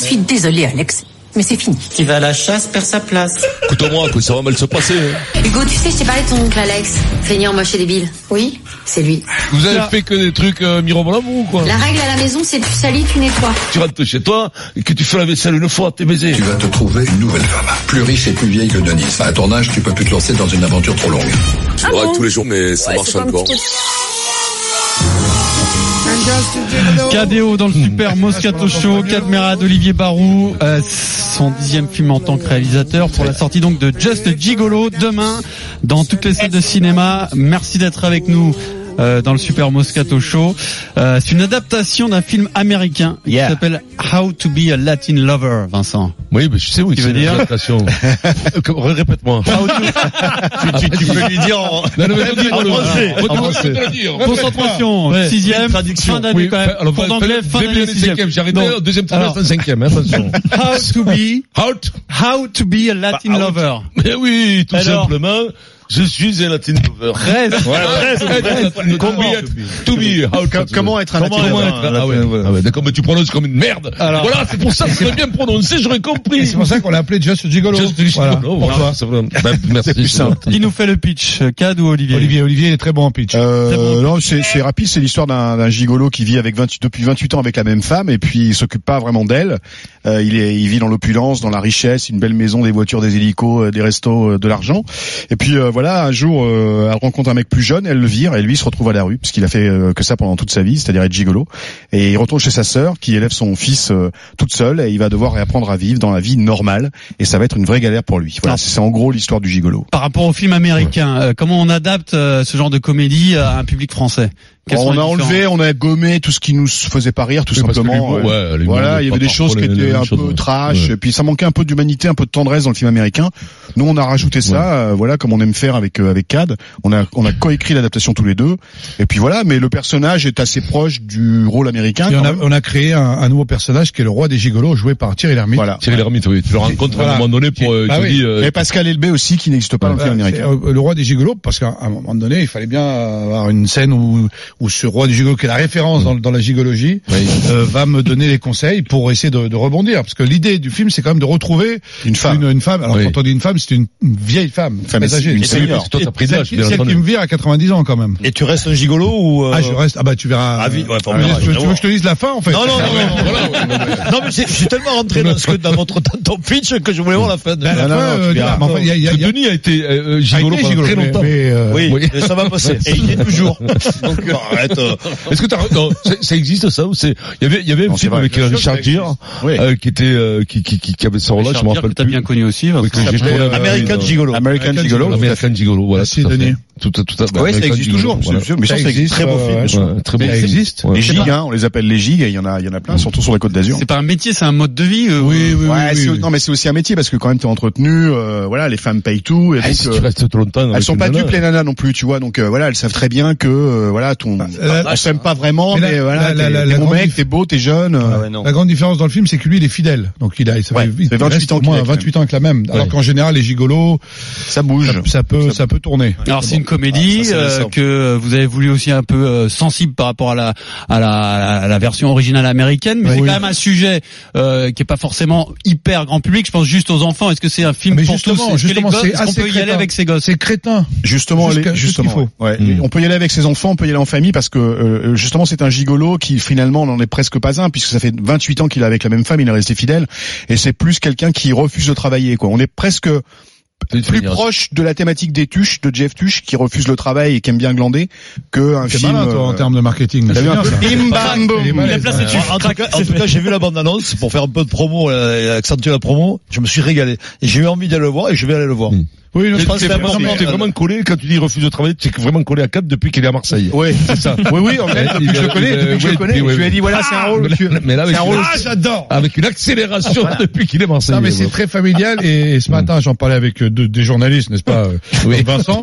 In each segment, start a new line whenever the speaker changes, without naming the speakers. suis désolée, Alex, mais c'est fini.
Qui va à la chasse perd sa place.
Écoute-moi, que ça va mal se passer. hein.
Hugo, tu sais, je t'ai parlé de ton oncle Alex. Feignant, moche et débile. Oui, c'est lui.
Vous avez fait que des trucs euh, mirobolants, vous, ou quoi
La règle à la maison, c'est tu salis, tu nettoies.
Tu rentres chez toi et que tu fais la vaisselle une fois, t'es baisé.
Tu vas te trouver une nouvelle femme, plus riche et plus vieille que Denise. À ton âge, tu peux plus te lancer dans une aventure trop longue.
Je braque tous les jours, mais ça marche encore.
KDO dans le super Moscato Show, Cadmerade, Olivier Barou, euh, son dixième film en tant que réalisateur pour la sortie donc de Just Gigolo demain dans toutes les salles de cinéma. Merci d'être avec nous. euh, dans le Super Moscato Show. Euh, c'est une adaptation d'un film américain
Yeah.
qui s'appelle How to be a Latin Lover, Vincent.
Oui, mais je sais où
Tu veux dire
l'adaptation. Euh, comme- ré- Répète-moi.
tu, tu peux lui dire en...
Non, non, mais redis-le.
Ah,
En français.
Redis-le.
En français.
Redis-le.
Concentration,
Ouais.
sixième, fin d'année
Oui,
quand même.
fa- alors,
Pour
fa-
d'anglais,
fais-
fin
fais
d'année,
bien les
sixième.
cinquièmes, j'ai arrêté
Donc,
au deuxième trimestre,
alors-
en cinquième, hein, attention.
How to be,
Out.
how to be a Latin
Bah, out.
Lover.
Mais oui, tout
Alors
simplement, je suis un Latin lover.
Presque.
Ah,
Ouais, presque, presque. Comment être, to be, how
Com-
to-
comment être un
Comment
Latin
être-
lover, un
ah ouais,
Latin lover.
ah ouais, d'accord, mais tu prononces comme une merde.
Alors.
Voilà, c'est pour ça que c'est bien prononcé, j'aurais compris.
C'est pour ça qu'on l'a appelé Just Gigolo.
Just
Voilà.
Gigolo,
Pour
voilà,
toi.
c'est vrai. Bah, merci.
plus
c'est
simple.
gentil.
Qui nous fait le pitch Cad ou Olivier
Olivier, Olivier il est très bon en pitch.
C'est bon.
Euh, non, c'est c'est rapide, c'est l'histoire d'un d'un gigolo qui vit avec 28 depuis 28 ans avec la même femme et puis il s'occupe pas vraiment d'elle. Euh, il est il vit dans l'opulence, dans la richesse, une belle maison, des voitures, des hélicos, euh, des restos, euh, de l'argent. Et puis euh, voilà, un jour euh, elle rencontre un mec plus jeune, elle le vire et lui il se retrouve à la rue parce qu'il a fait euh, que ça pendant toute sa vie, c'est-à-dire être gigolo et il retourne chez sa sœur qui élève son fils euh, toute seule et il va devoir apprendre à vivre dans la vie normale et ça va être une vraie galère pour lui. Voilà,
Ah.
c'est c'est en gros l'histoire du gigolo.
Par rapport au film américain, euh, comment on adapte euh, ce genre de comédie à un public français Quelles sont
on
les
a
différences
enlevé, on a gommé tout ce qui nous faisait pas rire, tout
Oui, parce que
simplement.
l'humour,
Ouais.
ouais, l'humour
Voilà,
n'est
il y
pas
avait des
parfois
choses qui
les- les
étaient
mêmes
un
choses,
peu
ouais.
trash,
Ouais.
et puis ça manquait un peu d'humanité, un peu de tendresse dans le film américain. Nous, on a rajouté ça, euh, voilà, comme on aime faire avec euh, avec Cad. On a on a coécrit l'adaptation tous les deux, et puis voilà. Mais le personnage est assez proche du rôle américain.
Et
quand
on, a,
même.
on a créé un, un nouveau personnage qui est le roi des gigolos, joué par Thierry Lhermitte.
Voilà.
Thierry Lhermitte, oui, tu le rencontres à un
Voilà.
moment donné pour, euh,
Bah
tu
oui.
dis, euh,
Et Pascal Elbé aussi, qui n'existe pas dans le film
Voilà,
américain.
c'est, euh, le roi des gigolos, parce qu'à un moment donné, il fallait bien euh, avoir une scène où, où ce roi des gigolos, qui est la référence dans, dans la gigologie, euh, va me donner les conseils pour essayer de, de rebondir. Parce que l'idée du film, c'est quand même de retrouver
Une femme.
Une, une femme. Alors
Oui.
quand on dit une femme, c'est une, une vieille femme,
Femme,
très
c'est
âgée.
une
Et
senior.
puis,
Toi, t'as pris de l'âge,
celle
bien
qui- Celle qui
entendu.
me vire à 90 ans quand même.
Et tu restes un gigolo ou... euh,
Ah, je reste. Ah bah tu verras.
Ah oui, ouais,
Ah,
pour
mais
moi,
tu, veux- tu veux
rien à voir.
que je te dise la fin en fait
Non, non, non, non, non, mais c'est- je suis tellement rentré dans ce que dans votre dans ton pitch que je voulais voir la fin. de-
Ben, la
Non, non,
fin,
non, tu
euh,
verras.
mais enfin, il y a- il y a-
Parce
il
que
y a-
Denis a été euh, euh, gigolo
a été
pendant
gigolo,
très
mais-
longtemps.
mais, euh,
Oui, mais ça va passer. Et il y est toujours. Donc, euh, arrête. euh,
bah, Est-ce que t'as non, ça- ça existe ça ou c'est il y avait il y avait un
Non, c'est
film
vrai,
avec
bien
euh,
sûr que ça
Richard Gere
Oui.
euh, qui était euh, qui qui qui qui avait son rôle là, je me
Richard Gere,
rappelle
que t'as
plus.
bien connu
Oui,
aussi. Vincent.
que j'ai trouvé, euh,
American
oui,
Gigolo.
American
American
Gigolo.
dans- American Gigolo, voilà.
Merci,
tout à fait.
Denis.
Tout à- tout à fait.
Ouais, ça
American
existe
Gigolo,
toujours.
voilà. euh,
Mais ça, ça existe.
très beau film.
ouais,
Ouais, très bon
Mais ça
film.
existe.
Ouais.
Les gigues, hein, on les appelle les gigues, et il y en a, il y en a plein, surtout sur la Côte d'Azur.
C'est pas un métier, c'est un mode de vie. euh,
Oui, oui,
Ouais,
oui,
c'est-
oui.
non, mais c'est aussi un métier parce que quand même t'es entretenu, euh, voilà, les femmes payent tout. Et
Ah,
donc,
si tu
euh,
restes trop longtemps avec
Elles sont
une
pas
nana,
dupes les nanas non plus, tu vois. Donc euh, voilà, elles savent très bien que euh, voilà, ton,
la-
on s'aime pas vraiment,
Mais
mais,
la- la-
voilà,
la-
t'es
la-
t'es
la
mon
grande
mec,
dif-
t'es beau, t'es jeune. euh,
Ah ouais, non.
La grande différence dans le film, c'est que lui, il est fidèle. Donc il a, ça
Ouais,
fait,
ça fait 28 ans
au
qu'il
moins
est avec
28 ans avec la même. Alors
Ouais.
qu'en général, les gigolos,
Ça bouge.
ça, ça peut, ça peut tourner.
Alors c'est une comédie
Ah, ça, c'est
euh,
récent.
que euh, vous avez voulu aussi un peu euh, sensible par rapport à la à la, à la version originale américaine, mais
Oui.
c'est quand même un sujet euh, qui est pas forcément hyper grand public. Je pense juste aux enfants. Est-ce que c'est un film
Mais
pour
justement,
tous Est-ce que les
justement,
gosses,
c'est
est-ce qu'on
assez
peut y aller
crétin.
avec ses gosses
C'est crétin.
Justement,
Jusqu'à-
les-
jusqu'à ce qu'il
justement. ouais.
Mm.
Ouais. On peut y aller avec ses enfants, on peut y aller en famille parce que euh, justement c'est un gigolo qui finalement n'en est presque pas un puisque ça fait 28 ans qu'il est avec la même femme, il est resté fidèle et c'est plus quelqu'un qui refuse de travailler quoi. On est presque
c'est une
plus
fédération.
proche de la thématique des tuches de Jeff Tuche qui refuse le travail et qui aime bien glander que un
T'es
film
malin, toi, en
euh,
termes de marketing.
t'as
C'est
vu un
bien,
peu
ça.
Bim bam boum.
Il est malin. Ah,
placé dessus.
En tout cas, en tout cas, j'ai vu la bande-annonce pour faire un peu de promo, euh, accentuer la promo. Je me suis régalé. Et J'ai eu envie d'aller le voir et je vais aller le voir.
Mm.
Oui, non,
T'es
je pense que c'est important.
vraiment, t'es vraiment collé quand tu dis refuse de travailler, t'es vraiment collé à Cap depuis qu'il est à Marseille.
Ouais, c'est ça. Oui, oui, en fait, depuis que je le connais, depuis que je le connais, je lui ai dit, voilà, c'est un rôle. tu-
Mais là,
C'est
avec
un
une-
rôle.
Ah, j'adore.
avec une accélération depuis qu'il est Marseille.
Non mais c'est très familial et, et ce matin j'en parlais avec euh, deux- des journalistes n'est-ce pas euh,
Oui.
Vincent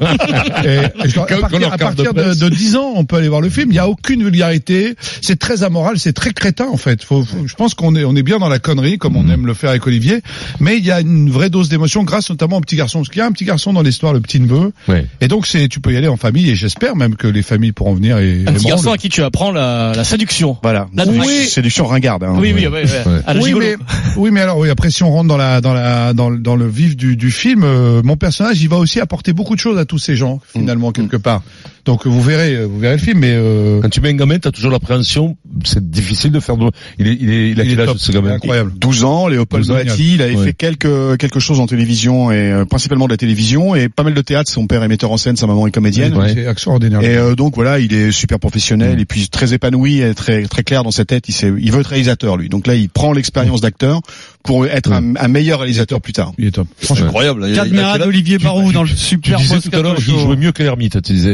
et, et je leur- à
Quand- quand
partir,
leur
à
carte de
partir de,
presse.
de 10 ans on peut aller voir le film il y a aucune vulgarité c'est très amoral c'est très crétin en fait Faut- faut- je pense qu'on est on est
Mm.
bien dans la connerie comme on aime le faire avec Olivier mais il y a une vraie dose d'émotion grâce notamment au petit garçon parce qu'il y a un petit petit garçon dans l'histoire, le petit neveu.
Ouais.
Et donc c'est, tu peux y aller en famille et j'espère même que les familles pourront venir et.
Un
et
petit
bon,
garçon
le-
à qui tu apprends la, la séduction.
Voilà.
La
Oui.
drague.
Séduction ringarde. hein.
Oui, oui, oui, oui.
Ah,
À la
oui,
gigolo.
mais, oui, mais alors, oui, après, si on rentre dans la, dans la, dans, le- dans le vif du, du film, euh, mon personnage, il va aussi apporter beaucoup de choses à tous ces gens,
Mm.
finalement, quelque part. Donc, vous verrez, euh, vous verrez le film, mais, euh,
Quand tu mets un gamin, t'as toujours l'appréhension. C'est difficile de faire. de- Il est, il est, il a
il
quel
est
âge
top,
ce gamin
incroyable.
12 ans, Léopold
12 ans,
Noati, il avait
ouais.
fait quelque quelque chose en télévision et euh, principalement de la télévision et pas mal de théâtre. Son père est metteur en scène, sa maman est comédienne.
c'est extraordinaire.
Et euh, donc voilà, il est super professionnel
Mm.
et puis très épanoui, et très très clair dans sa tête. Il, sait- il veut être réalisateur lui. Donc là, il prend l'expérience d'acteur pour être
Mm.
un, un meilleur réalisateur plus tard.
Il est top.
C'est incroyable. Il y a- il y a
Cadmera
quel âge
d'Olivier Barou dans le
Tu
super
disais
post
tout à l'heure, je
show.
jouais mieux que l'ermite, tu disais.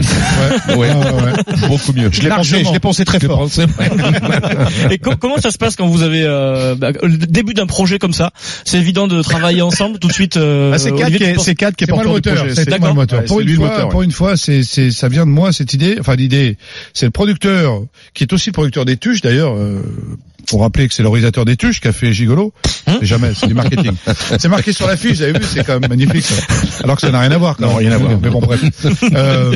Ouais, ouais, ouais.
Beaucoup mieux.
Je l'ai pensé, je l'ai pensé très
Je
fort.
pensais-
Et co- comment ça se passe quand vous avez euh, bah, le début d'un projet comme ça C'est évident de travailler ensemble tout de suite. euh,
Ah, c'est Kat
Olivier,
qui
tu
est,
penses-
c'est Kat qui est
C'est moi le
porteur du
moteur.
projet.
C'est moi le
d'accord.
moteur.
Ouais,
pour
c'est
une
lui le
fois,
moteur, ouais.
pour une fois, c'est, c'est, ça vient de moi cette idée. Enfin, l'idée, c'est le producteur qui est aussi producteur des Tuches d'ailleurs. euh, pour rappeler que c'est le réalisateur des Tuches qui a fait Gigolo.
Hein
C'est Jamais, c'est du marketing. c'est marqué sur l'affiche, vous avez vu, c'est quand même magnifique. ça. Alors que ça n'a rien à voir. Quand
Non,
même.
rien à voir. Oh,
Mais bon, bref. Euh, c'est
Par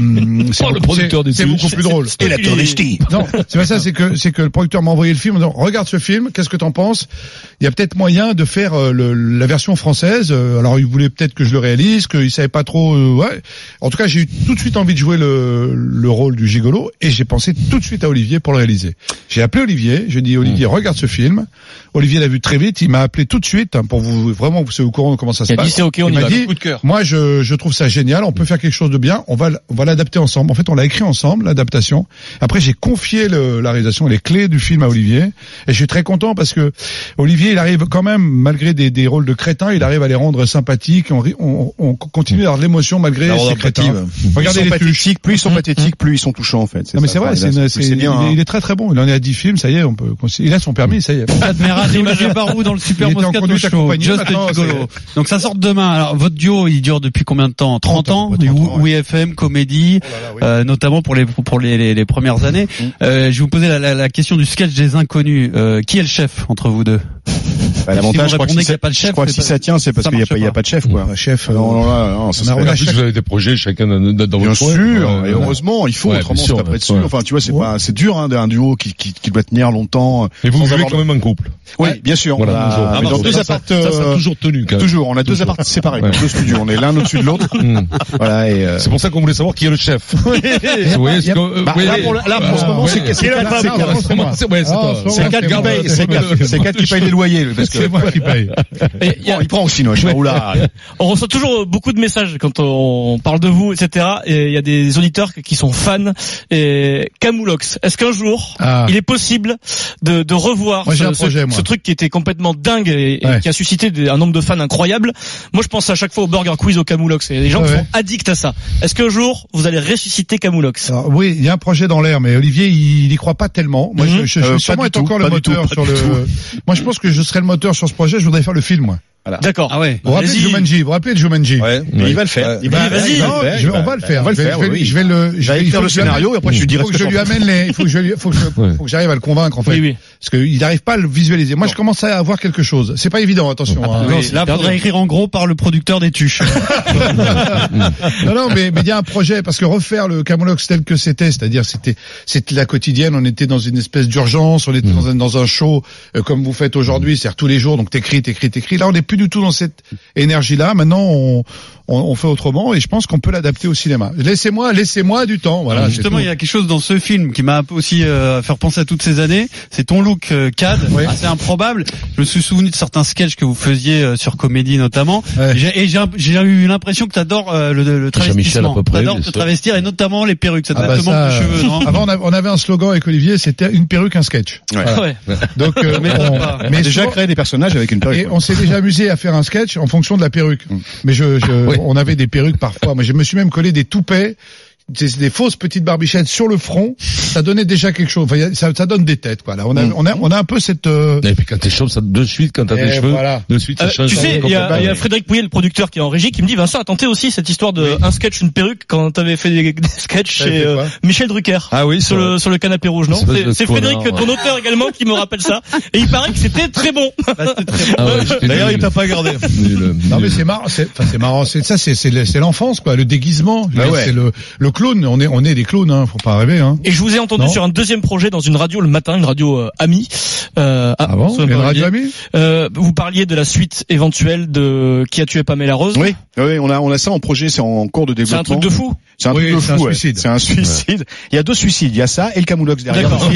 le
beaucoup-
producteur des
c'est-
Tuches.
C'est beaucoup plus drôle.
Et la tour des ch'tis.
Non, c'est pas ça, c'est que, c'est que le producteur m'a envoyé le film en disant, regarde ce film, qu'est-ce que t'en penses? Il y a peut-être moyen de faire euh, le- la version française. Euh, Alors, il voulait peut-être que je le réalise, qu'il savait pas trop, euh, ouais. En tout cas, j'ai eu tout de suite envie de jouer le, le rôle du gigolo et j'ai pensé tout de suite à Olivier pour le réaliser. J'ai appelé Olivier, j'ai dit, Olivier, regarde ce film. Olivier l'a vu très vite, il m'a appelé tout de suite, hein, pour vous, vraiment, vous soyez au courant de comment ça se
Il a
passe.
dit, c'est ok, on
Il
y
m'a
va.
dit,
Coup de cœur.
moi, je, je trouve ça génial. On peut faire quelque chose de bien. On va, l- on va l'adapter ensemble. En fait, on l'a écrit ensemble, l'adaptation. Après, j'ai confié le- la réalisation, les clés du film à Olivier. Et je suis très content parce que Olivier, il arrive quand même, malgré des, des rôles de crétins, il arrive à les rendre sympathiques. On, ri- on, on continue à avoir de l'émotion malgré
La
ces
rendre
crétins.
empathie.
Regardez
plus ils
les
sont
tuches.
pathétiques, plus ils sont pathétiques, plus ils sont touchants en fait.
Non, mais
ça,
c'est vrai,
Farida,
c'est, une-
c'est
c'est-
bien.
il,
hein.
est- il est très très bon. Il en est à 10 films, ça y est, on peut. considérer- Il a son permis, ça y est.
Admiral Olivier Barou dans le Super
Il était en
Moscato
conduite
Show,
accompagnée,
Just
maintenant,
Gigolo. Donc ça sort demain. Alors votre duo, il dure depuis combien de temps 30 ans,
ouais,
du
30 ans, ouais. Oh
oui FM, comédie, euh, notamment pour les pour les, les, les premières années.
Mm.
Euh, je vous posais la, la, la question du sketch des inconnus. Euh, qui est le chef entre vous deux Si
Bah,
vous
L'avantage, je crois que
répondez qu'il
si
y a
ça-
pas de chef,
je crois que
c'est
si
pas-
ça tient, c'est parce
ça
qu'il n'y a
marche
pas il y a
pas.
pas de Ah, chef quoi.
Un chef. euh,
Non, non, là, non, ça
on a-
serait-
on a
En plus,
chaque-
vous avez des projets, chacun dans, dans
Bien
votre coin.
sûr,
Ouais,
et
voilà.
heureusement, il faut
Ouais,
autrement
bien sûr,
c'est pas
ouais.
dessus. Enfin, tu vois, c'est
Ouais.
pas, c'est dur hein, d'un duo qui, qui, qui doit tenir longtemps.
Mais vous
sans
vivez
avoir
quand même en couple.
Oui, bien sûr.
Voilà,
on a-
toujours.
mais
Ah,
dans
bah,
deux
ça,
appartes,
Ça, ça
euh,
a toujours tenu, quand même.
toujours, on a deux appartes séparés,
Ouais.
deux studios. On est l'un au-dessus de l'autre.
Mm.
voilà. Et, euh,
C'est pour ça qu'on voulait savoir qui est le chef. Vous voyez ce que-
Bah,
oui,
là,
oui.
pour, le- là, pour ce
Ah,
moment,
oui.
c'est c'est
Ah,
quatre-
c'est
c'est
quatre-
quatre-
c'est moi. C'est ouais, c'est
Ah,
toi.
en ce moment,
c'est quatre qui payent- c'est quatre- c'est quatre qui payent les loyers. lui, Parce que
C'est moi qui paye.
Et il y a-
il prend au chinois. je sais pas, Oula.
On reçoit toujours euh, beaucoup de messages quand on parle de vous, etc. Et il y a des auditeurs qui sont fans. Et Camoulox, est-ce qu'un jour,
Ah.
il est possible de, de revoir
Moi, j'ai
ce,
un
ce-
projet, moi.
ce truc qui était complètement dingue et, et
Ouais.
qui a suscité des- un nombre de fans incroyable Moi, je pense à chaque fois au Burger Quiz au Camoulox. Et les gens
Ah
qui
ouais.
sont addicts à ça. Est-ce qu'un jour, vous allez ressusciter Camoulox
Alors, oui, il y a un projet dans l'air, mais Olivier, il, il y croit pas tellement. Moi, je, je, je
Euh,
vais
pas
sûrement
du
être
tout,
encore
pas
le
du
moteur
tout,
sur
pas
le.
du
Moi, je pense que je serai le moteur sur ce projet. Je voudrais faire le film, moi.
D'accord.
Ah ouais.
Vous vous rappelez
Allez-y.
Jumanji Vous vous rappelez Jumanji Ah,
Ouais.
Mais il va le faire. Il va-
Bah, vas-y.
il va le
Non,
faire,
je-
il
on
va-
va le faire.
il va le
Je vais-
faire,
je vais-
oui.
Je vais le. je
J'allais
vais- il
faire
faut
le
que je lui
scénario,
amène-
et après, je lui dirai
Faut
ce
que je
que j'en
lui
pense.
amène les. Il faut que je lui- faut que je-
Ouais.
faut que j'arrive à le convaincre en fait.
Oui, oui.
Parce qu'il n'arrive pas à le visualiser. Moi, je commence à avoir quelque chose. C'est pas évident, attention.
Ah,
hein.
Non, là, faudrait écrire en gros par le producteur des tuches.
non, non, mais mais il y a un projet parce que refaire le Camoulox tel que c'était, c'est-à-dire c'était c'était la quotidienne. On était dans une espèce d'urgence, on était dans, un, dans un show euh, comme vous faites aujourd'hui, c'est-à-dire tous les jours. Donc t'écris, t'écris, t'écris. Là, on n'est plus du tout dans cette énergie-là. Maintenant, on, on, on fait autrement et je pense qu'on peut l'adapter au cinéma. Laissez-moi, laissez-moi du temps. Voilà. Ah, c'est
Justement,
tout.
il y a quelque chose dans ce film qui m'a aussi euh, faire penser à toutes ces années. C'est ton look euh, CAD,
Oui.
assez improbable. Je me suis souvenu de certains sketchs que vous faisiez euh, sur comédie notamment.
Ouais.
Et j'ai- Et j'ai un- j'ai eu l'impression que t'adores euh, le, le travestissement.
à peu près,
T'adores
mais
te
c'est-
travestir et notamment les perruques. Ça te
Ah
va
bah
te manque
ça,
de cheveux, non
euh, Avant, on avait- on avait un slogan avec Olivier, c'était une perruque, un sketch. Voilà.
Ouais.
Donc, euh,
Ça m'étonne pas.
on, mais
Déjà
souvent-
créé des personnages avec une
Et
perruque.
on s'est déjà amusé à faire un sketch
Mm. Ah
en fonction de la perruque. Mais je, je- on avait des perruques parfois. Moi, je me suis même collé des toupets des, des fausses petites barbichettes sur le front, ça donnait déjà quelque chose. Enfin, y a- ça, ça donne des têtes, quoi. Là, on a,
Mm.
on a, on a un peu cette. euh,
Et puis quand t'es chauve, ça de suite, quand t'as
Eh,
des cheveux,
voilà.
de suite, ça
Euh,
change.
tu sais, il y, a-
complètement.
il y a Frédéric Pouillet, le producteur qui est en régie, qui me dit Vincent, attendez aussi cette histoire de un sketch, une perruque quand t'avais fait des, des sketchs
T'avais
chez
fait
euh,
quoi
Michel Drucker.
Ah oui, c'est
sur le
vrai.
sur le canapé rouge, non
Espèce de
C'est c'est Frédéric,
connard,
ton auteur également, qui me rappelle ça. Et il paraît que c'était très bon.
Ah ouais, j'étais
D'ailleurs,
nul.
il t'a pas gardé.
Nul, nul.
Non mais c'est marrant, c'est enfin, c'est marrant, c'est ça, c'est c'est le- c'est l'enfance quoi, le déguisement, Je veux
Bah
dire,
ouais.
c'est le le clone. On est on est des clones, hein, faut pas rêver. Hein.
Et je vous ai entendu
Non.
sur un deuxième projet dans une radio le matin, une radio euh, amie. Euh,
Ah bon
François
Il y a une
Parolier.
radio amie
Euh, vous parliez de la suite éventuelle de qui a tué Pamela Rose.
Oui, oui, on a on a ça en projet, c'est en, en cours de
C'est un
développement.
truc de fou.
C'est un
Oui,
truc de
c'est un
fou. ouais.
suicide.
C'est un suicide. Il y a deux suicides, il y a ça et le camoulox derrière.
D'accord.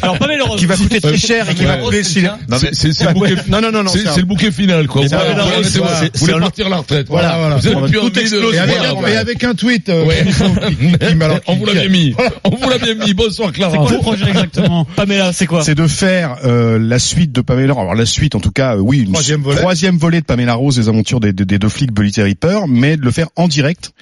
Alors Pamela Rose
qui va coûter très cher et qui va
Ouais.
couler s'il a-
Non, mais c'est c'est le bouquet.
Ah Non, non, non, non,
C'est
c'est un-
c'est le bouquet final, quoi.
Mais
Vous
c'est un-
voulez-
c'est-
vous voulez-
c'est
vous voulez
un-
partir à la retraite.
Voilà,
Voilà,
voilà.
Vous avez
Tout
plus envie de...
explose.
Et avec,
Voilà,
et
voilà.
avec un tweet. euh,
Ouais.
qui- qui- qui- alors, qui-
On vous l'avait mis. On vous l'avait mis. Bonsoir,
C'est
Clara.
quoi le projet exactement Pamela, c'est quoi
c'est de faire euh, la suite de Pamela. Alors la suite, en tout cas, euh, oui, une
Troisième volet.
troisième volet de Pamela Rose, les aventures des, des- des deux flics Bullitt et Ripper, mais de le faire en direct.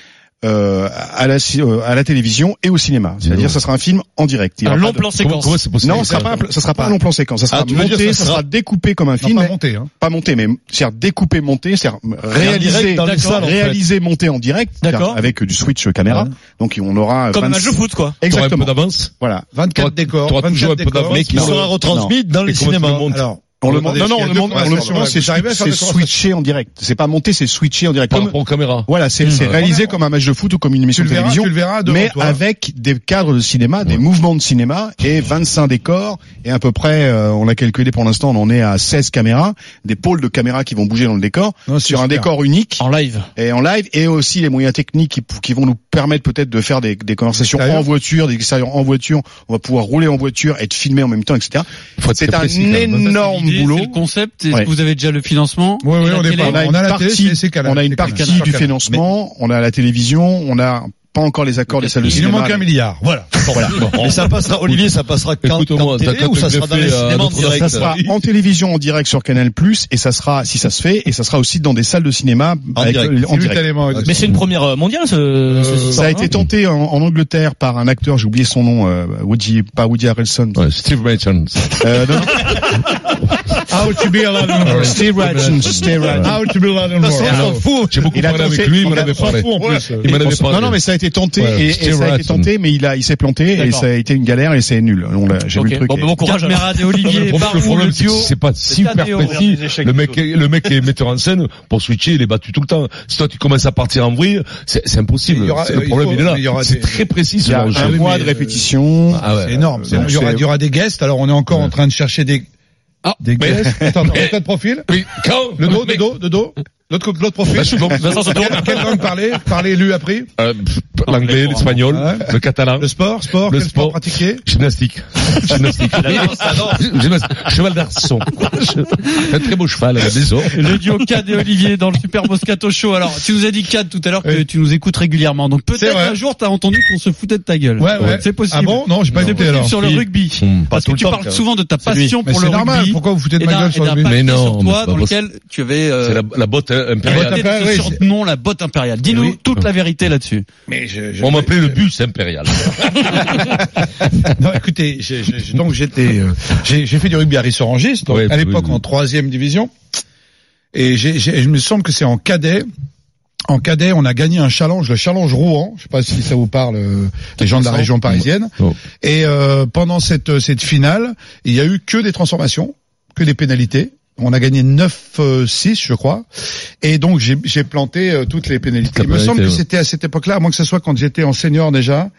euh, à la ci- euh, à la télévision et au cinéma, c'est-à-dire ça sera un film en direct. Il y
Un
aura
long
pas de-
plan séquence.
Comment c'est possible
Non, ça sera pas un pl- ça sera pas un long plan séquence, ça sera
Ah, tu veux
monté,
dire, ça
ça
sera-
sera découpé comme un
Non,
film,
pas
mais-
monté. Hein.
pas monté, mais c'est-à-dire découpé, monté, c'est-à-dire réalisé,
direct dans les
d'accord,
salles, en fait.
réalisé, monté en direct,
D'accord.
c'est-à-dire avec du switch caméra. Donc on aura
Comme un
26
jeu foot
T'aurais
quoi.
un peu
Exactement.
d'avance.
Voilà.
24 décors.
t'auras
24
toujours un peu
décors.
d'avance, mais qui
Il
Non.
sera retransmis dans les
Et comment tu le
cinémas.
montes
Alors,
On le
Attendez,
monte. Non, non,
parce qu'il
on le
y a
monte.
deux
on le monte-
conversations,
non,
là.
c'est
J'arrivais à faire
c'est
des conversations.
switché en direct. C'est pas monté, c'est switché en direct.
Par
Comme-
rapport aux caméras.
Voilà, c'est c'est réalisé comme un match de foot ou comme une
Tu
émission
le
de
verras,
télévision.
tu le verras devant
mais
toi.
avec des cadres de cinéma, des mouvements de cinéma et 25 décors et à peu près, euh, on l'a calculé pour l'instant, on en est à 16 caméras, des pôles de caméras qui vont bouger dans le décor
Non, c'est
sur un
super.
décor unique.
En live.
et en live et aussi les moyens techniques qui, qui vont nous permettre peut-être de faire des, des conversations
Extérieur.
en voiture, des extérieurs en voiture. On va pouvoir rouler en voiture, être filmé en même temps, etc.
Faut être
C'est
très
un
précis, quand même.
énorme
L'idée,
boulot.
c'est le concept. Est-ce
Ouais.
que vous avez déjà le financement
Ouais,
Et
ouais,
la
on est
télé
pas-
on a
on
une
a la
partie,
télé, c'est- c'est Canal,
on a une
c'est
partie
Canal,
du
Canal.
financement, on a la télévision, on a pas encore les accords des salles de
Il nous
cinéma.
manque un milliard. Voilà.
Mais ça passera, Olivier, ça passera quand,
Écoute, au
quand
moins,
télé
t'as-
ou
t'as-
ça
t'as
sera dans
fait,
les
euh,
cinémas en
Notre-Dame,
direct
Ça sera
Oui.
en télévision en direct sur Canal Plus et ça sera, si ça se fait, et ça sera aussi dans des salles de cinéma
En direct.
le- en direct.
Simultanément.
Mais c'est une première euh, mondiale ce, ce- ce
Ça
soir,
a
hein.
été tenté en, en Angleterre par un acteur, j'ai oublié son nom, euh, Woody, pas Woody Harrelson.
Ouais, Steve Merchant.
Euh, non,
How to be alone. in the world.
Steve Ratchin, Steve Ratchin.
How to be alone. in the world.
Alors,
J'ai beaucoup
Il a
parlé
tenté-
avec lui, il m'en
il a-
avait
on s'en
parlé.
fout, en plus.
Il m'en avait parlé.
Non, non, mais ça a été tenté
Ouais,
et, et
Steve
ça a été
Ratson.
tenté, mais il a, il s'est planté et
D'accord.
ça a été une galère et c'est nul. On l'a, j'ai
Ok.
vu le truc.
Bon,
et-
bah, bon courage. alors.
Caméra d'Olivier
Le problème, le
Barou,
problème,
le
c'est que
duo.
c'est pas super
année, on regarde
précis.
les échecs
Le
et
mec, est- le mec est metteur en scène pour switcher, il est battu tout le temps. Si toi tu commences à partir en vrille, c'est c'est impossible.
Il y aura-
C'est- le
il
problème
faut-
il
il
est
y
là.
aura
C'est
des-
très précis
il y
ce
a
genre de
un
jeu.
mois de répétition.
Ah ouais.
C'est énorme. c'est-
Donc,
Il y aura,
c'est-
il y aura des guests. Alors, on est encore en train de chercher des,
Ah.
des
Mais-
guests. Attends, attends, quel profil?
Mais quand
Le dos,
mec-
le dos, le dos. L'autre, co- l'autre profil.
Bah, souvent.
Vincent se tourne.
Quelle langue parler? Parler, lu, appris?
Euh, pff, L'anglais, l'espagnol,
Ouais.
le catalan.
Le sport, sport,
Le
quel sport
sport.
pratiqué?
Gymnastique. Gymnastique. Gymnastique. Cheval d'arçon. Un très beau cheval, euh, désolé.
Le duo Cad et Olivier dans le Super Moscato Show. Alors, tu nous as dit Cad tout à l'heure que
Oui.
tu nous écoutes régulièrement. Donc
C'est
peut-être
vrai.
un jour t'as entendu qu'on se foutait de ta gueule.
Ouais, ouais.
C'est possible.
Ah bon? Non, j'ai pas
C'est
écouté
possible
alors.
sur le
Il-
rugby.
Hum.
Parce que tu parles souvent de ta passion
Mais
pour le
c'est normal.
rugby. Eh ben,
Pourquoi vous foutez de
Et
ma
d'un
gueule sur le
sur,
rugby?
Mais non,
sur
mais
toi
c'est
dans
pas
lequel tu avais euh,
C'est la, la botte euh, impériale.
porté
botte impériale,
ce
oui,
surnom la botte impériale. Dis-nous
Oui.
toute la vérité là-dessus.
Mais je, je-
On m'appelait le bus impérial.
Non, écoutez, j'ai- j'ai- j'ai- donc j'étais, euh, j'ai j'ai fait du rugby à Rissorangis, donc
Ouais,
à
oui,
l'époque
oui.
en troisième division, et j'ai, j'ai- je me semble que c'est en cadet. En cadet, on a gagné un challenge, le challenge Rouen. Je sais pas si ça vous parle, euh, les gens de la région parisienne.
Oh.
Et euh, pendant cette cette finale, il y a eu que des transformations, que des pénalités. On a gagné 9-6, je crois. Et donc, j'ai j'ai planté euh, toutes les pénalités.
Toutes les
Il me semble que
pénalités, ouais.
c'était à cette époque-là, à moins que ce soit quand j'étais en senior déjà.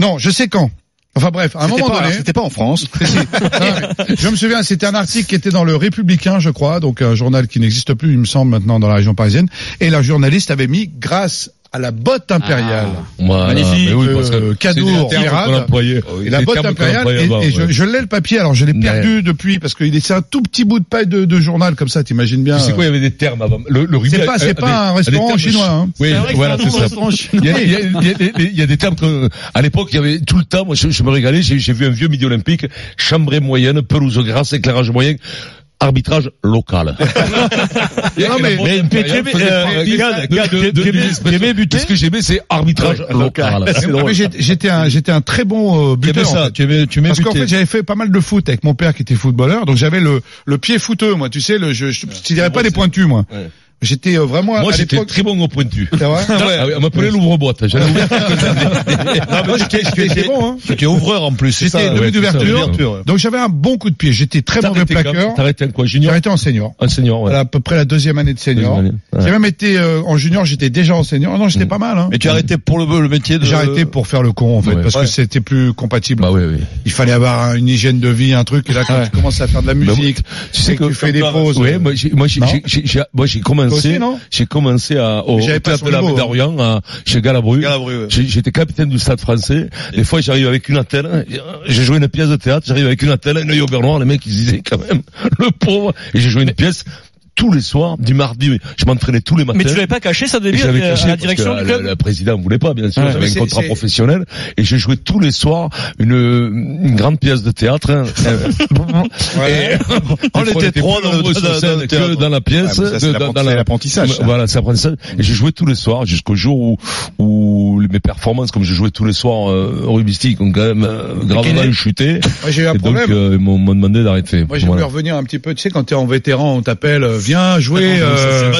Non, je sais quand. Enfin bref, à un
C'était
moment
pas,
hein,
donné,
c'était pas en France.
je me souviens, c'était un article qui était dans le Républicain, je crois, donc un journal qui n'existe plus, il me semble, maintenant dans la région parisienne. Et la journaliste avait mis grâce à la botte impériale.
Voilà.
Magnifique,
Mais oui, parce que
euh, cadeau
c'est des termes
Ferrari.
qu'on employait.
Et la
Des
botte
termes qu'on
impériale,
employait
et,
avant,
et je,
ouais.
je l'ai le papier, alors je l'ai
Mais-
perdu depuis, parce que c'est un tout petit bout de paille de, de journal comme ça, t'imagines bien.
Tu sais quoi, il y avait des termes avant. Le, le rugby
C'est
a-
pas-
a-
c'est
a
pas
des-
un
a des
restaurant
termes-
chinois, hein.
Oui,
vrai que
voilà,
c'est un
c'est
bon
ça.
restaurant chinois.
Il y, a, il, y a, il y a des- il y a des termes que, à l'époque, il y avait tout le temps. Moi, je, je me régalais. J'ai j'ai vu un vieux midi olympique, chambrée moyenne, pelouse grasse, éclairage moyen. arbitrage local.
Non, mais- mais- mais- euh, Gad, Gad, Guémé- Guémé buté
Ce que j'aimais, c'est arbitrage
Ouais,
local.
local.
C'est
C'est drôle.
drôle.
Ah, Mais j'ai- j'étais un j'étais un très bon euh,
T'aimais
buteur.
ça,
en fait.
tu aimais- tu aimais
Parce qu'en
buter.
fait j'avais fait pas mal de foot avec mon père qui était footballeur, donc j'avais le le pied footeux moi, tu sais, le je je, je tirais pas des pointus moi. J'étais euh, vraiment
Moi,
à
j'étais
l'époque-
très bon au pointu.
Ah ouais
Ah oui, on m'appelait l'ouvre-boîte.
Ah.
J'allais ouvrir
Non, moi, j'étais, j'étais,
J'étais bon, hein.
j'étais ouvreur en plus. c'est
J'étais
ça,
demi
ouais, c'est ça,
d'ouverture. Donc j'avais un bon coup de pied. J'étais très
T'as
mauvais
arrêté
plaqueur.
quand T'as arrêté en quoi, junior
J'ai arrêté en senior.
un senior, ouais.
Voilà, à peu près la deuxième année de senior.
Deuxième année, ouais. Mm.
J'ai même été euh, en junior, j'étais déjà en senior. Non, j'étais pas mal. Hein.
Mais
Hmm.
tu as arrêté pour le, le métier de...
J'ai arrêté pour faire le con en fait,
Ouais.
parce
Ouais.
que c'était plus compatible.
Bah oui, oui.
Il fallait avoir une hygiène de vie, un truc. Et là, quand
Ouais. Bah
tu commences à faire de la
Mais
musique, tu sais que tu fais des
Toi,
pauses. euh,
Ouais, moi j'ai moi j'ai
Non
j'ai- j'ai- j'ai- ah, moi j'ai
Toi aussi,
commencé
non
j'ai commencé à au, au
J'avais pas
théâtre
son
de la
niveau,
Baie d'Orient à- chez Galabru.
Galabru, ouais.
J'ai- J'étais capitaine du Stade Français. Des fois j'arrive avec une antenne, j'ai joué une pièce de théâtre, j'arrive avec une antenne, un œil au Bernoir, les mecs ils disaient quand même le pauvre et j'ai joué une pièce tous les soirs, du mardi, je m'entraînais tous les matins.
Mais tu l'avais pas caché ça au
Et
début euh,
j'avais
à-
caché
à la
parce
direction
que
du
le,
club
le président voulait pas, bien sûr.
Ouais.
j'avais
Mais c'est-
un contrat
c'est-
professionnel et je jouais tous les soirs une, une grande pièce de théâtre. hein.
Ouais.
on
était trois dans le-
nombreux
dans-
sur
dans-
scène
dans le
que
théâtre.
dans la pièce,
Ah, mais ça, c'est
de- dans- dans
l'apprenti-
la-
l'apprentissage, ça.
Voilà, c'est l'apprentissage. Et je jouais tous les soirs jusqu'au jour où, où mes performances, comme je jouais tous les soirs euh, au rugby, ont quand même euh, gravement chuté.
Moi, j'ai eu un
Et donc
problème.
euh, ils m'ont m'ont demandé d'arrêter.
Moi, j'ai
Voilà.
voulu revenir un petit peu. Tu sais, quand t'es en vétéran, on t'appelle, euh, viens jouer.
Ça,
euh,
ça, ça, ça, ça, ça, ça,
Eh
ça,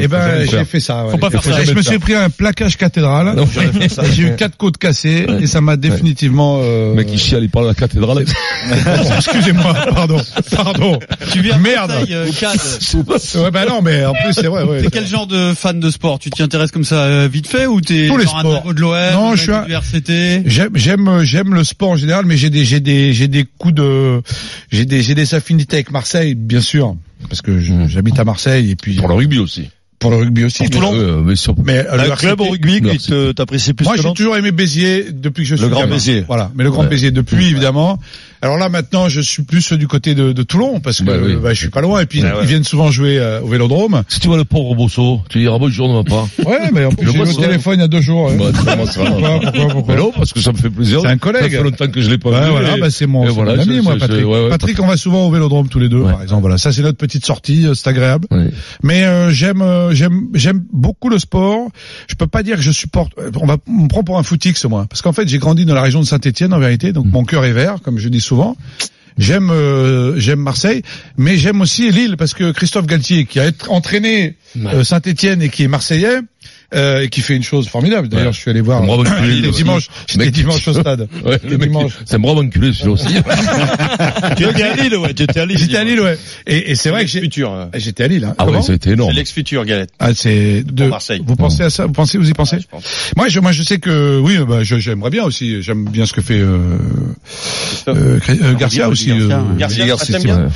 ça,
ben,
ça,
j'ai
ça.
fait ça. ouais.
Faut pas faire
Et
ça.
Je me suis pris un plaquage cathédral.
Non,
Et J'ai eu quatre côtes cassées et ça m'a définitivement. euh,
Le mec, il chiale, il parle à la cathédrale.
Excusez-moi, pardon, pardon.
Tu viens
Merde. Ouais, bah non, mais en plus, c'est vrai. Ouais.
euh, T'es quel genre de fan de sport Tu t'y intéresses comme ça euh, vite fait ou t'es
Tous les
genre un
sports.
drago de euh, l'OM
Non,
mec
je suis un-
du RCT
J'aime, j'aime, euh, j'aime le sport en général, mais j'ai des, j'ai des, j'ai des coups de, j'ai des, j'ai des affinités avec Marseille, bien sûr, parce que je- j'habite à Marseille et puis
Pour le rugby aussi.
pour le rugby aussi. mais-
Euh, mais sur-
Mais euh, le
Un
RCT
club au rugby
Le
qui
RCT.
te- t'apprécie plus
Moi,
que
j'ai
l'autre
toujours aimé Béziers depuis que je suis
Grand
gamin.
Bézier.
Voilà, mais le Grand
Ouais.
Béziers depuis évidemment. Alors là, maintenant, je suis plus du côté de, de Toulon parce que
Bah oui.
bah, je suis pas loin et puis
Ouais, ouais.
ils viennent souvent jouer euh, au Vélodrome.
Si tu vois le pauvre Bosso, tu diras bonjour, ne va pas.
Ouais, mais en plus,
Le
j'ai eu au
Bosso.
téléphone il y a deux jours. hein.
Bah, comment ça va
Pourquoi, pourquoi, pourquoi
Mais non, parce que ça me fait plaisir.
C'est un collègue.
Ça fait longtemps que je l'ai pas
Ouais,
vu.
voilà,
et-
bah c'est mon,
et
c'est
voilà,
mon ami,
je-
moi,
je-
Patrick.
ouais, ouais,
Patrick, on va souvent au Vélodrome tous les deux,
Ouais.
par exemple. Voilà, ça c'est notre petite sortie, euh, c'est agréable.
Ouais.
Mais euh, j'aime, euh, j'aime, j'aime beaucoup le sport. Je peux pas dire que je supporte. euh, On va, on me prend pour un footix moi, parce qu'en fait j'ai grandi dans la région de Saint-Étienne en vérité,
Mm.
donc mon cœur est vert, comme je dis souvent. J'aime, euh, j'aime Marseille, mais j'aime aussi Lille parce que Christophe Galtier, qui a être- entraîné euh, Saint-Étienne et qui est marseillais. euh, et qui fait une chose formidable. D'ailleurs,
Ouais.
je suis allé voir.
Bravo,
euh,
Lille,
Lille
ouais.
dimanche, j'étais
Mec.
dimanche au stade.
Ouais,
J'étais
le mec,
dimanche.
c'est un brave enculé, celui-là aussi.
Tu étais à Lille, ouais, tu étais à Lille.
J'étais à Lille, ouais. Et, et c'est vrai que j'ai-
Futur. euh.
j'étais à Lille. Hein.
Ah ouais,
Comment
ça a été énorme.
l'ex-futur, Galette.
Ah, c'est de.
Marseille.
Vous pensez à ça Vous pensez Vous y pensez Moi, je, moi, je sais que oui, bah, je- j'aimerais bien aussi. J'aime bien ce que fait euh, euh, Cré-
Ah,
euh, Garcia aussi. euh,
Garcia,
Garcia,
t'aimes
c'est-
bien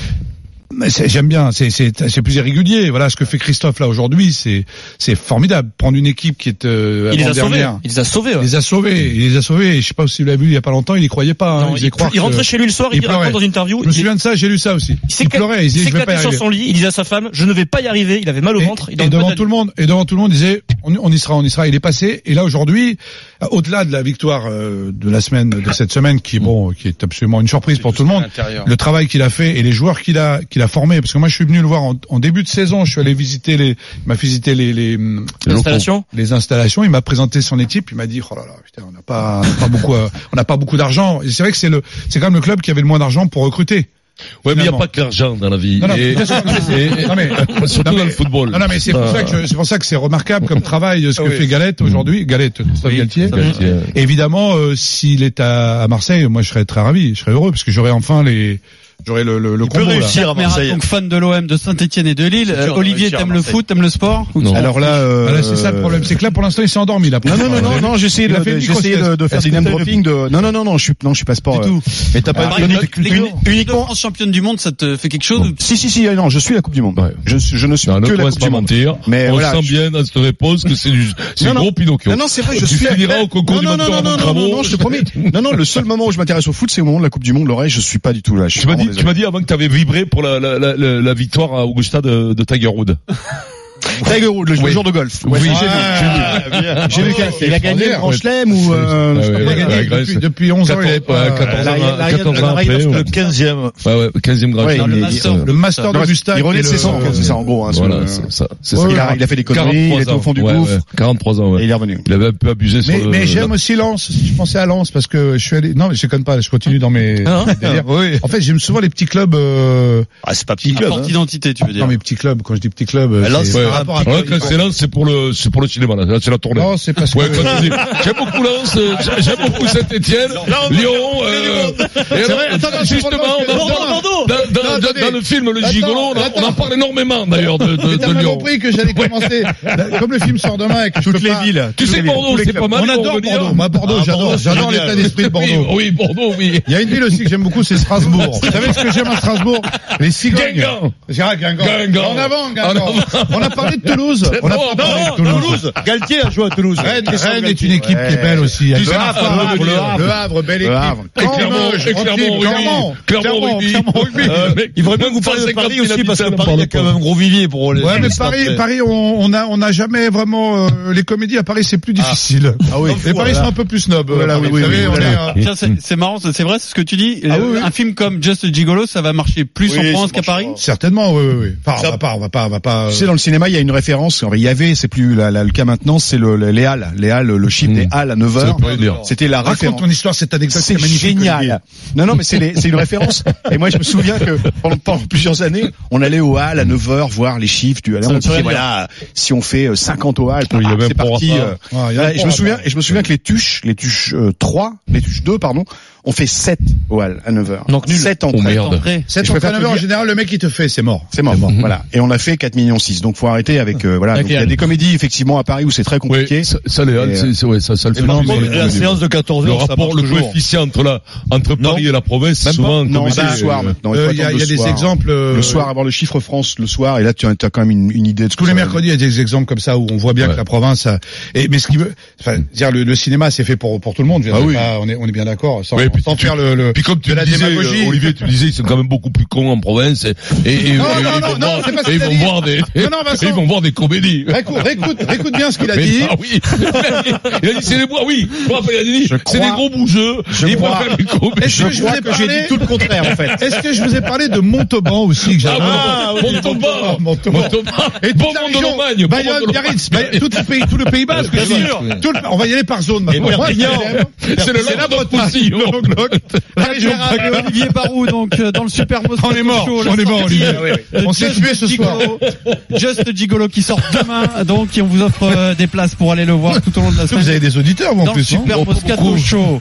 mais c'est- J'aime bien. C'est c'est c'est plus irrégulier. Voilà, ce que fait Christophe là aujourd'hui, c'est c'est formidable. Prendre une équipe qui est euh,
Il les a sauvés. hein.
avant-dernière.
Il les a sauvés. ouais.
Il les a sauvés. Il les a sauvés. Et Je sais pas si vous l'avez vu il y a pas longtemps. Il y croyait pas. hein.
Non,
Il
il,
faisait croire
il
que-
rentrait chez lui le soir,
il
il, raconte
pleurait.
dans une interview.
Je me
il-
souviens de ça. J'ai lu ça aussi.
il s'est
Il
ca-
pleurait.
il
Il disait
s'est
je vais pas y
éclaté sur
arriver.
son lit, il disait à sa femme, je ne vais pas y arriver, il avait mal au
Et-
ventre, il
Et,
dormait pas
devant
de la
tout
nuit.
le monde, et devant tout le monde, disait, on, on y sera, on y sera. Il est passé. Et là aujourd'hui, euh, au-delà de la victoire euh, de la semaine, de cette semaine, qui bon, qui est absolument une surprise pour tout le monde, le travail qu'il a fait et les joueurs qu'il a qu'il a formés. Parce que moi, je suis venu le voir en, en début de saison. Je suis allé visiter les, il m'a visité les les, hum,
L'installation
les installations. Il m'a présenté son équipe. Il m'a dit, oh là là, putain, on n'a pas, on n'a pas beaucoup, euh, on n'a pas beaucoup d'argent. Et c'est vrai que c'est le, c'est quand même le club qui avait le moins d'argent pour recruter.
Ouais, mais il n'y a
Finalement.
pas que l'argent dans la vie.
Non, non,
Et-
bien sûr, non, mais-
et-
non, mais-
Surtout
non, mais-
dans le football.
Non, non, mais c'est pour
Ah.
ça que je- c'est pour ça que c'est remarquable comme travail euh, ce que
Ah oui.
fait Galette aujourd'hui. Galette, Christophe Galtier.
Galtier.
Évidemment, euh, s'il est à, à Marseille, moi je serais très ravi, je serais heureux parce que j'aurais enfin les, j'aurais le le, le
peut
combo, là.
réussir. Tire à
Merah,
Marseille.
donc fan de l'OM, de Saint-Etienne et de Lille. Euh,
dur de
Olivier,
réussir à
t'aimes le
Marseille.
foot, t'aimes le sport
Non.
Alors là, euh,
Voilà, c'est ça le problème, c'est que là pour l'instant il s'est endormi là.
Non non non non non, j'essayais
Il a
de,
fait une
de- j'essayais de,
micro-sieste.
de faire
Est-ce
du
que
name
t'as
dropping de non non non non, je suis non, je suis pas sport.
Du
euh.
tout.
Mais t'as pas
Par
non,
exemple,
mais-
Ah, les- Uniquement en championne du monde, ça te fait quelque chose ou-
Si si si, non, je suis la Coupe du monde.
Ouais.
Je suis- je ne suis
Non,
que
ne
la
commence
Coupe
pas
du
à
monde.
mentir.
Mais
on
voilà,
sent
je-
bien dans cette réponse que c'est du, c'est
Non, non.
gros Pinocchio.
Non, non, c'est vrai, je
tu
suis.
finiras au concours
non,
du
non, non,
menteur
non,
en
non, non,
Bravo.
non, non, je te promets. Non, non, le seul moment où je m'intéresse au foot, c'est au moment de la Coupe du Monde. L'oreille, je suis pas du tout là. Je suis
Tu m'as
vraiment
dit, tu m'as dit avant que tu avais vibré pour la, la, la, la- la victoire à Augusta de, de Tiger Wood.
Tiger Woods, le
Oui.
joueur de golf.
Oui,
j'ai vu,
j'ai vu, Ah,
j'ai vu. J'ai vu qu'il- il a gagné le Grand
Ouais.
Chelem ou euh, je sais pas, il a gagné
gagné depuis- depuis 11 ans, il avait pas-
14 ans,
L'Ariane- l'Ariane-
14 ans
l'Ariane-
après,
le
ouais.
15e.
Ouais, ouais, 15e Grand
Ouais,
Chelem.
le
Il-
Master-
il-
le Master
Ouais.
d'Augusta
Il
qui
renaît
est
de
le-
ses cendres,
c'est ça, en gros, hein,
Voilà,
sur le-
c'est ça. c'est
Ouais,
ça.
il a- il a fait des conneries,
43
il était au fond du
ans, ouais,
gouffre.
ouais, 43 ans, ouais.
Et il est revenu.
Il avait un peu abusé sur
Mais,
le-
mais
la-
j'aime aussi Lens. Je pensais à Lens parce que je suis allé. Non, mais je déconne pas. Je continue dans mes.
Ah,
hein
mes délires. En fait, j'aime souvent les petits clubs. Euh...
Ah, c'est pas
petit
À forte identité, tu veux dire.
Non, mes petits clubs. Quand je dis petits clubs, euh,
Lens,
c'est
ouais.
par rapport à.
Ouais, quand c'est Lens, c'est pour le, c'est pour le cinéma, là. Là, c'est la tournée.
Non, c'est parce que-
Ouais, quand tu dis, j'aime beaucoup Lens, euh, j'ai- j'aime beaucoup Saint-Etienne, Lyon, euh, et alors,
vrai, attends, attends,
justement,
je
on en
comprends
parle-
Bordeaux.
dans, dans-
Non,
dans-
attendez.
dans le film Le
Attends,
Gigolo, on en- on en
attends.
parle énormément, d'ailleurs, de, de,
Mais
de
t'as pas
Lyon.
compris que j'allais commencer. Là, Comme le film sort demain et que je
Toutes
peux
les
pas-
villes.
Ah, Tu
Tous
sais,
les villes,
Bordeaux,
tous les
c'est
clubs.
pas mal.
On
ils vont
adore
revenir. Ah,
Bordeaux. Moi, Bordeaux, j'adore. J'adore l'état d'esprit de
Oui,
Bordeaux.
Oui, Bordeaux, oui.
Il y a une ville aussi que j'aime beaucoup, c'est Strasbourg. Vous savez ce que j'aime à Strasbourg Les cigognes.
Guingamp.
Gérard Guingamp.
Guingamp.
En avant,
En
Guingamp. On a parlé de Toulouse. On a
bon,
pas parlé
non,
de Toulouse.
Galtier a joué à Toulouse.
Rennes, Rennes est une équipe qui est belle aussi.
sais,
le, Havre,
Havre,
le Havre,
le
le
Havre.
Havre, belle
Le
équipe.
Havre.
Et Clermont,
Limoges,
et Clermont,
Antibes, Oh, Clermont.
Clermont, Clermont, rugby. Rugby.
Euh,
Mec,
il faudrait bien que vous parliez de
150
Paris
000
aussi, parce que
habitants,
Paris, il y a quand
pardon.
même un gros vivier pour les.
Ouais, mais
les
Paris,
Français.
Paris, on, on a, on a jamais vraiment euh, les comédies à Paris, c'est plus difficile.
Ah oui.
Les Paris sont un peu plus snob. euh,
Voilà, oui,
vous
oui,
savez,
oui,
on
voilà.
est, euh,
Tiens, c'est c'est marrant, c'est c'est vrai, c'est ce que tu dis.
Ah
Euh,
oui, oui.
Un film comme Just Gigolo, ça va marcher plus
Oui,
en France
ça
qu'à
marche
Paris.
pas.
certainement, oui, oui, oui. Enfin,
Ça-
on va pas, on va pas, on va pas. euh,
Tu sais, dans le cinéma, il y a une référence. Alors, il y avait, c'est plus la- la- le cas maintenant, c'est le, le- les halles. Les halles, le chiffre des halles à 9
Hmm. Ça
heures.
veut plus rien dire.
C'était la
Raconte
référence.
ton histoire, cette anecdote.
C'est
magnifique, Olivier.
génial. Non, non, mais c'est les- c'est une référence. Et moi, je me souviens que pendant, pendant plusieurs années, on allait au hall à 9h voir les chiffres du hall. On disait, voilà, si on fait euh, 50 au hall,
Oui, il y
ah,
avait
c'est
un
parti.
prorata.
euh,
Ouais, il y a
voilà,
un
et je me
prorata.
souviens, et je me souviens que les tuches, les tuches euh, 3, les tuches 2, pardon, on fait 7 au hall à 9h.
Donc nul.
7
Oh
entrées.
merde.
Cet
Je préfère te
entraîneur, en
dire-
général, le mec, il te fait, c'est mort.
C'est mort, voilà. Et on a fait 4 millions 6. Donc faut arrêter avec euh, voilà,
Avec
Donc, il y
les
a
halles.
des comédies effectivement à Paris où c'est très
Oui,
compliqué.
ça, ça, les Halles,
Et, euh,
c'est- c'est- ouais, ça, ça le fait.
Et par
marcher
contre,
dans les
la
comédies.
séance de 14
le
heures, ça
rapport,
marche
le
toujours.
coefficient entre la, entre
Non.
Paris et la province,
Même
souvent,
non,
comme
c'est
ça,
le soir.
euh,
maintenant. Il faut
Euh, Il y a,
attendre
il y a
le
des
soir.
exemples. euh,
Le soir, avoir le chiffre France le soir, et là tu as, tu as quand même une, une idée de ce
Tous
que
les
ça va
mercredis, il y a des exemples comme ça où on voit bien
Ouais.
que la province. A... Et mais ce qui veut, enfin, dire le, le cinéma, c'est fait pour pour tout le monde. je veux
Ah
dire,
oui.
pas- on est on est bien d'accord. Sans,
Oui, puis
sans
tu-
faire le, le
Puis comme tu
de
le
la
disais,
démagogie.
euh, Olivier, tu le disais, ils sont quand même beaucoup plus cons en province et, et, et-
Non,
et ils
non, non,
vont
non,
voir-
c'est pas ce
et ils
qu'il a
vont
dit.
voir des,
Non, non, Vincent.
et ils vont voir des comédies.
Récoute, récoute, récoute bien ce qu'il a
Mais
dit.
ça, oui. il a dit c'est des bois, oui. Je me rappelle, il a dit c'est des gros bougeux. Ils
crois-
préfèrent les comédies.
Est-ce que je vous ai
que j'ai
parlé
dit tout le contraire en fait.
Est-ce que je vous ai parlé de Montauban aussi que j'adore
Ah, oui, Montauban.
Montauban.
Montauban.
Et
Bon
toute la
monde de
région,
Lomagne, bon monde
Bayonne,
de
Biarritz,
Lomagne.
Bay- tout le pays, tout le Pays Basque.
Bien
je dis.
sûr.
Tout le- On va y aller par zone maintenant.
Perpignan. C'est le
la
Languedoc
botte
aussi,
Le Languedoc. La région Braga.
Olivier Barou, donc euh, dans le Super Moscato
On est mort,
Show, la
on est mort,
sortie
Olivier.
de
On s'est
Just
tué ce soir.
Gigolo, Just Gigolo qui sort demain, donc et on vous offre euh, des places pour aller le voir tout au long de la semaine.
Vous avez des auditeurs, vous, en
dans le
plus. hein
Super Moscato Show.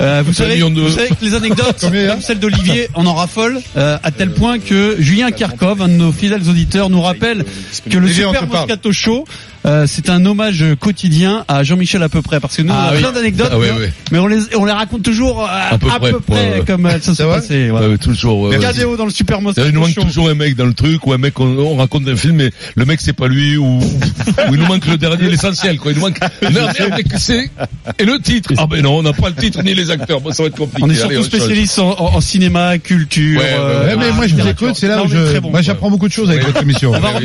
Euh, vous, savez,
million de-
vous savez que les anecdotes,
Combien, hein
comme celle d'Olivier, on en raffole euh, à tel point que Julien Kerkov, un de nos fidèles auditeurs, nous rappelle que le
Olivier, on
Super
te parle.
Moscato Show, euh, c'est un hommage quotidien à Jean-Michel à peu près, parce que nous on
Ah
a
oui.
plein d'anecdotes,
Ah oui,
mais-
oui.
mais on les on les raconte toujours euh, à
peu
peu près,
près, ouais, ouais.
comme euh, ça s'est
vrai
passé.
Ouais,
Voilà.
ouais, toujours. ouais, ouais.
KDO dans le Super
Il nous
Moscato
manque
Show.
toujours un mec dans le truc, ou un mec, on, on raconte un film, mais le mec c'est pas lui, ou, ou il nous manque le dernier, l'essentiel, quoi. Il nous manque, merde, merde, mais que c'est, et le titre. Ah ben non, on n'a pas le titre, ni les acteurs, bon, ça va être compliqué.
On est
Allez,
surtout
autre chose.
spécialiste en, en- en cinéma, culture.
Ouais, ouais, ouais.
euh,
Ouais, mais moi, je vous
littérature.
écoute, c'est là
Non,
où
on est
je, Bah,
très bons,
moi,
quoi.
j'apprends beaucoup de choses avec votre émission.
On va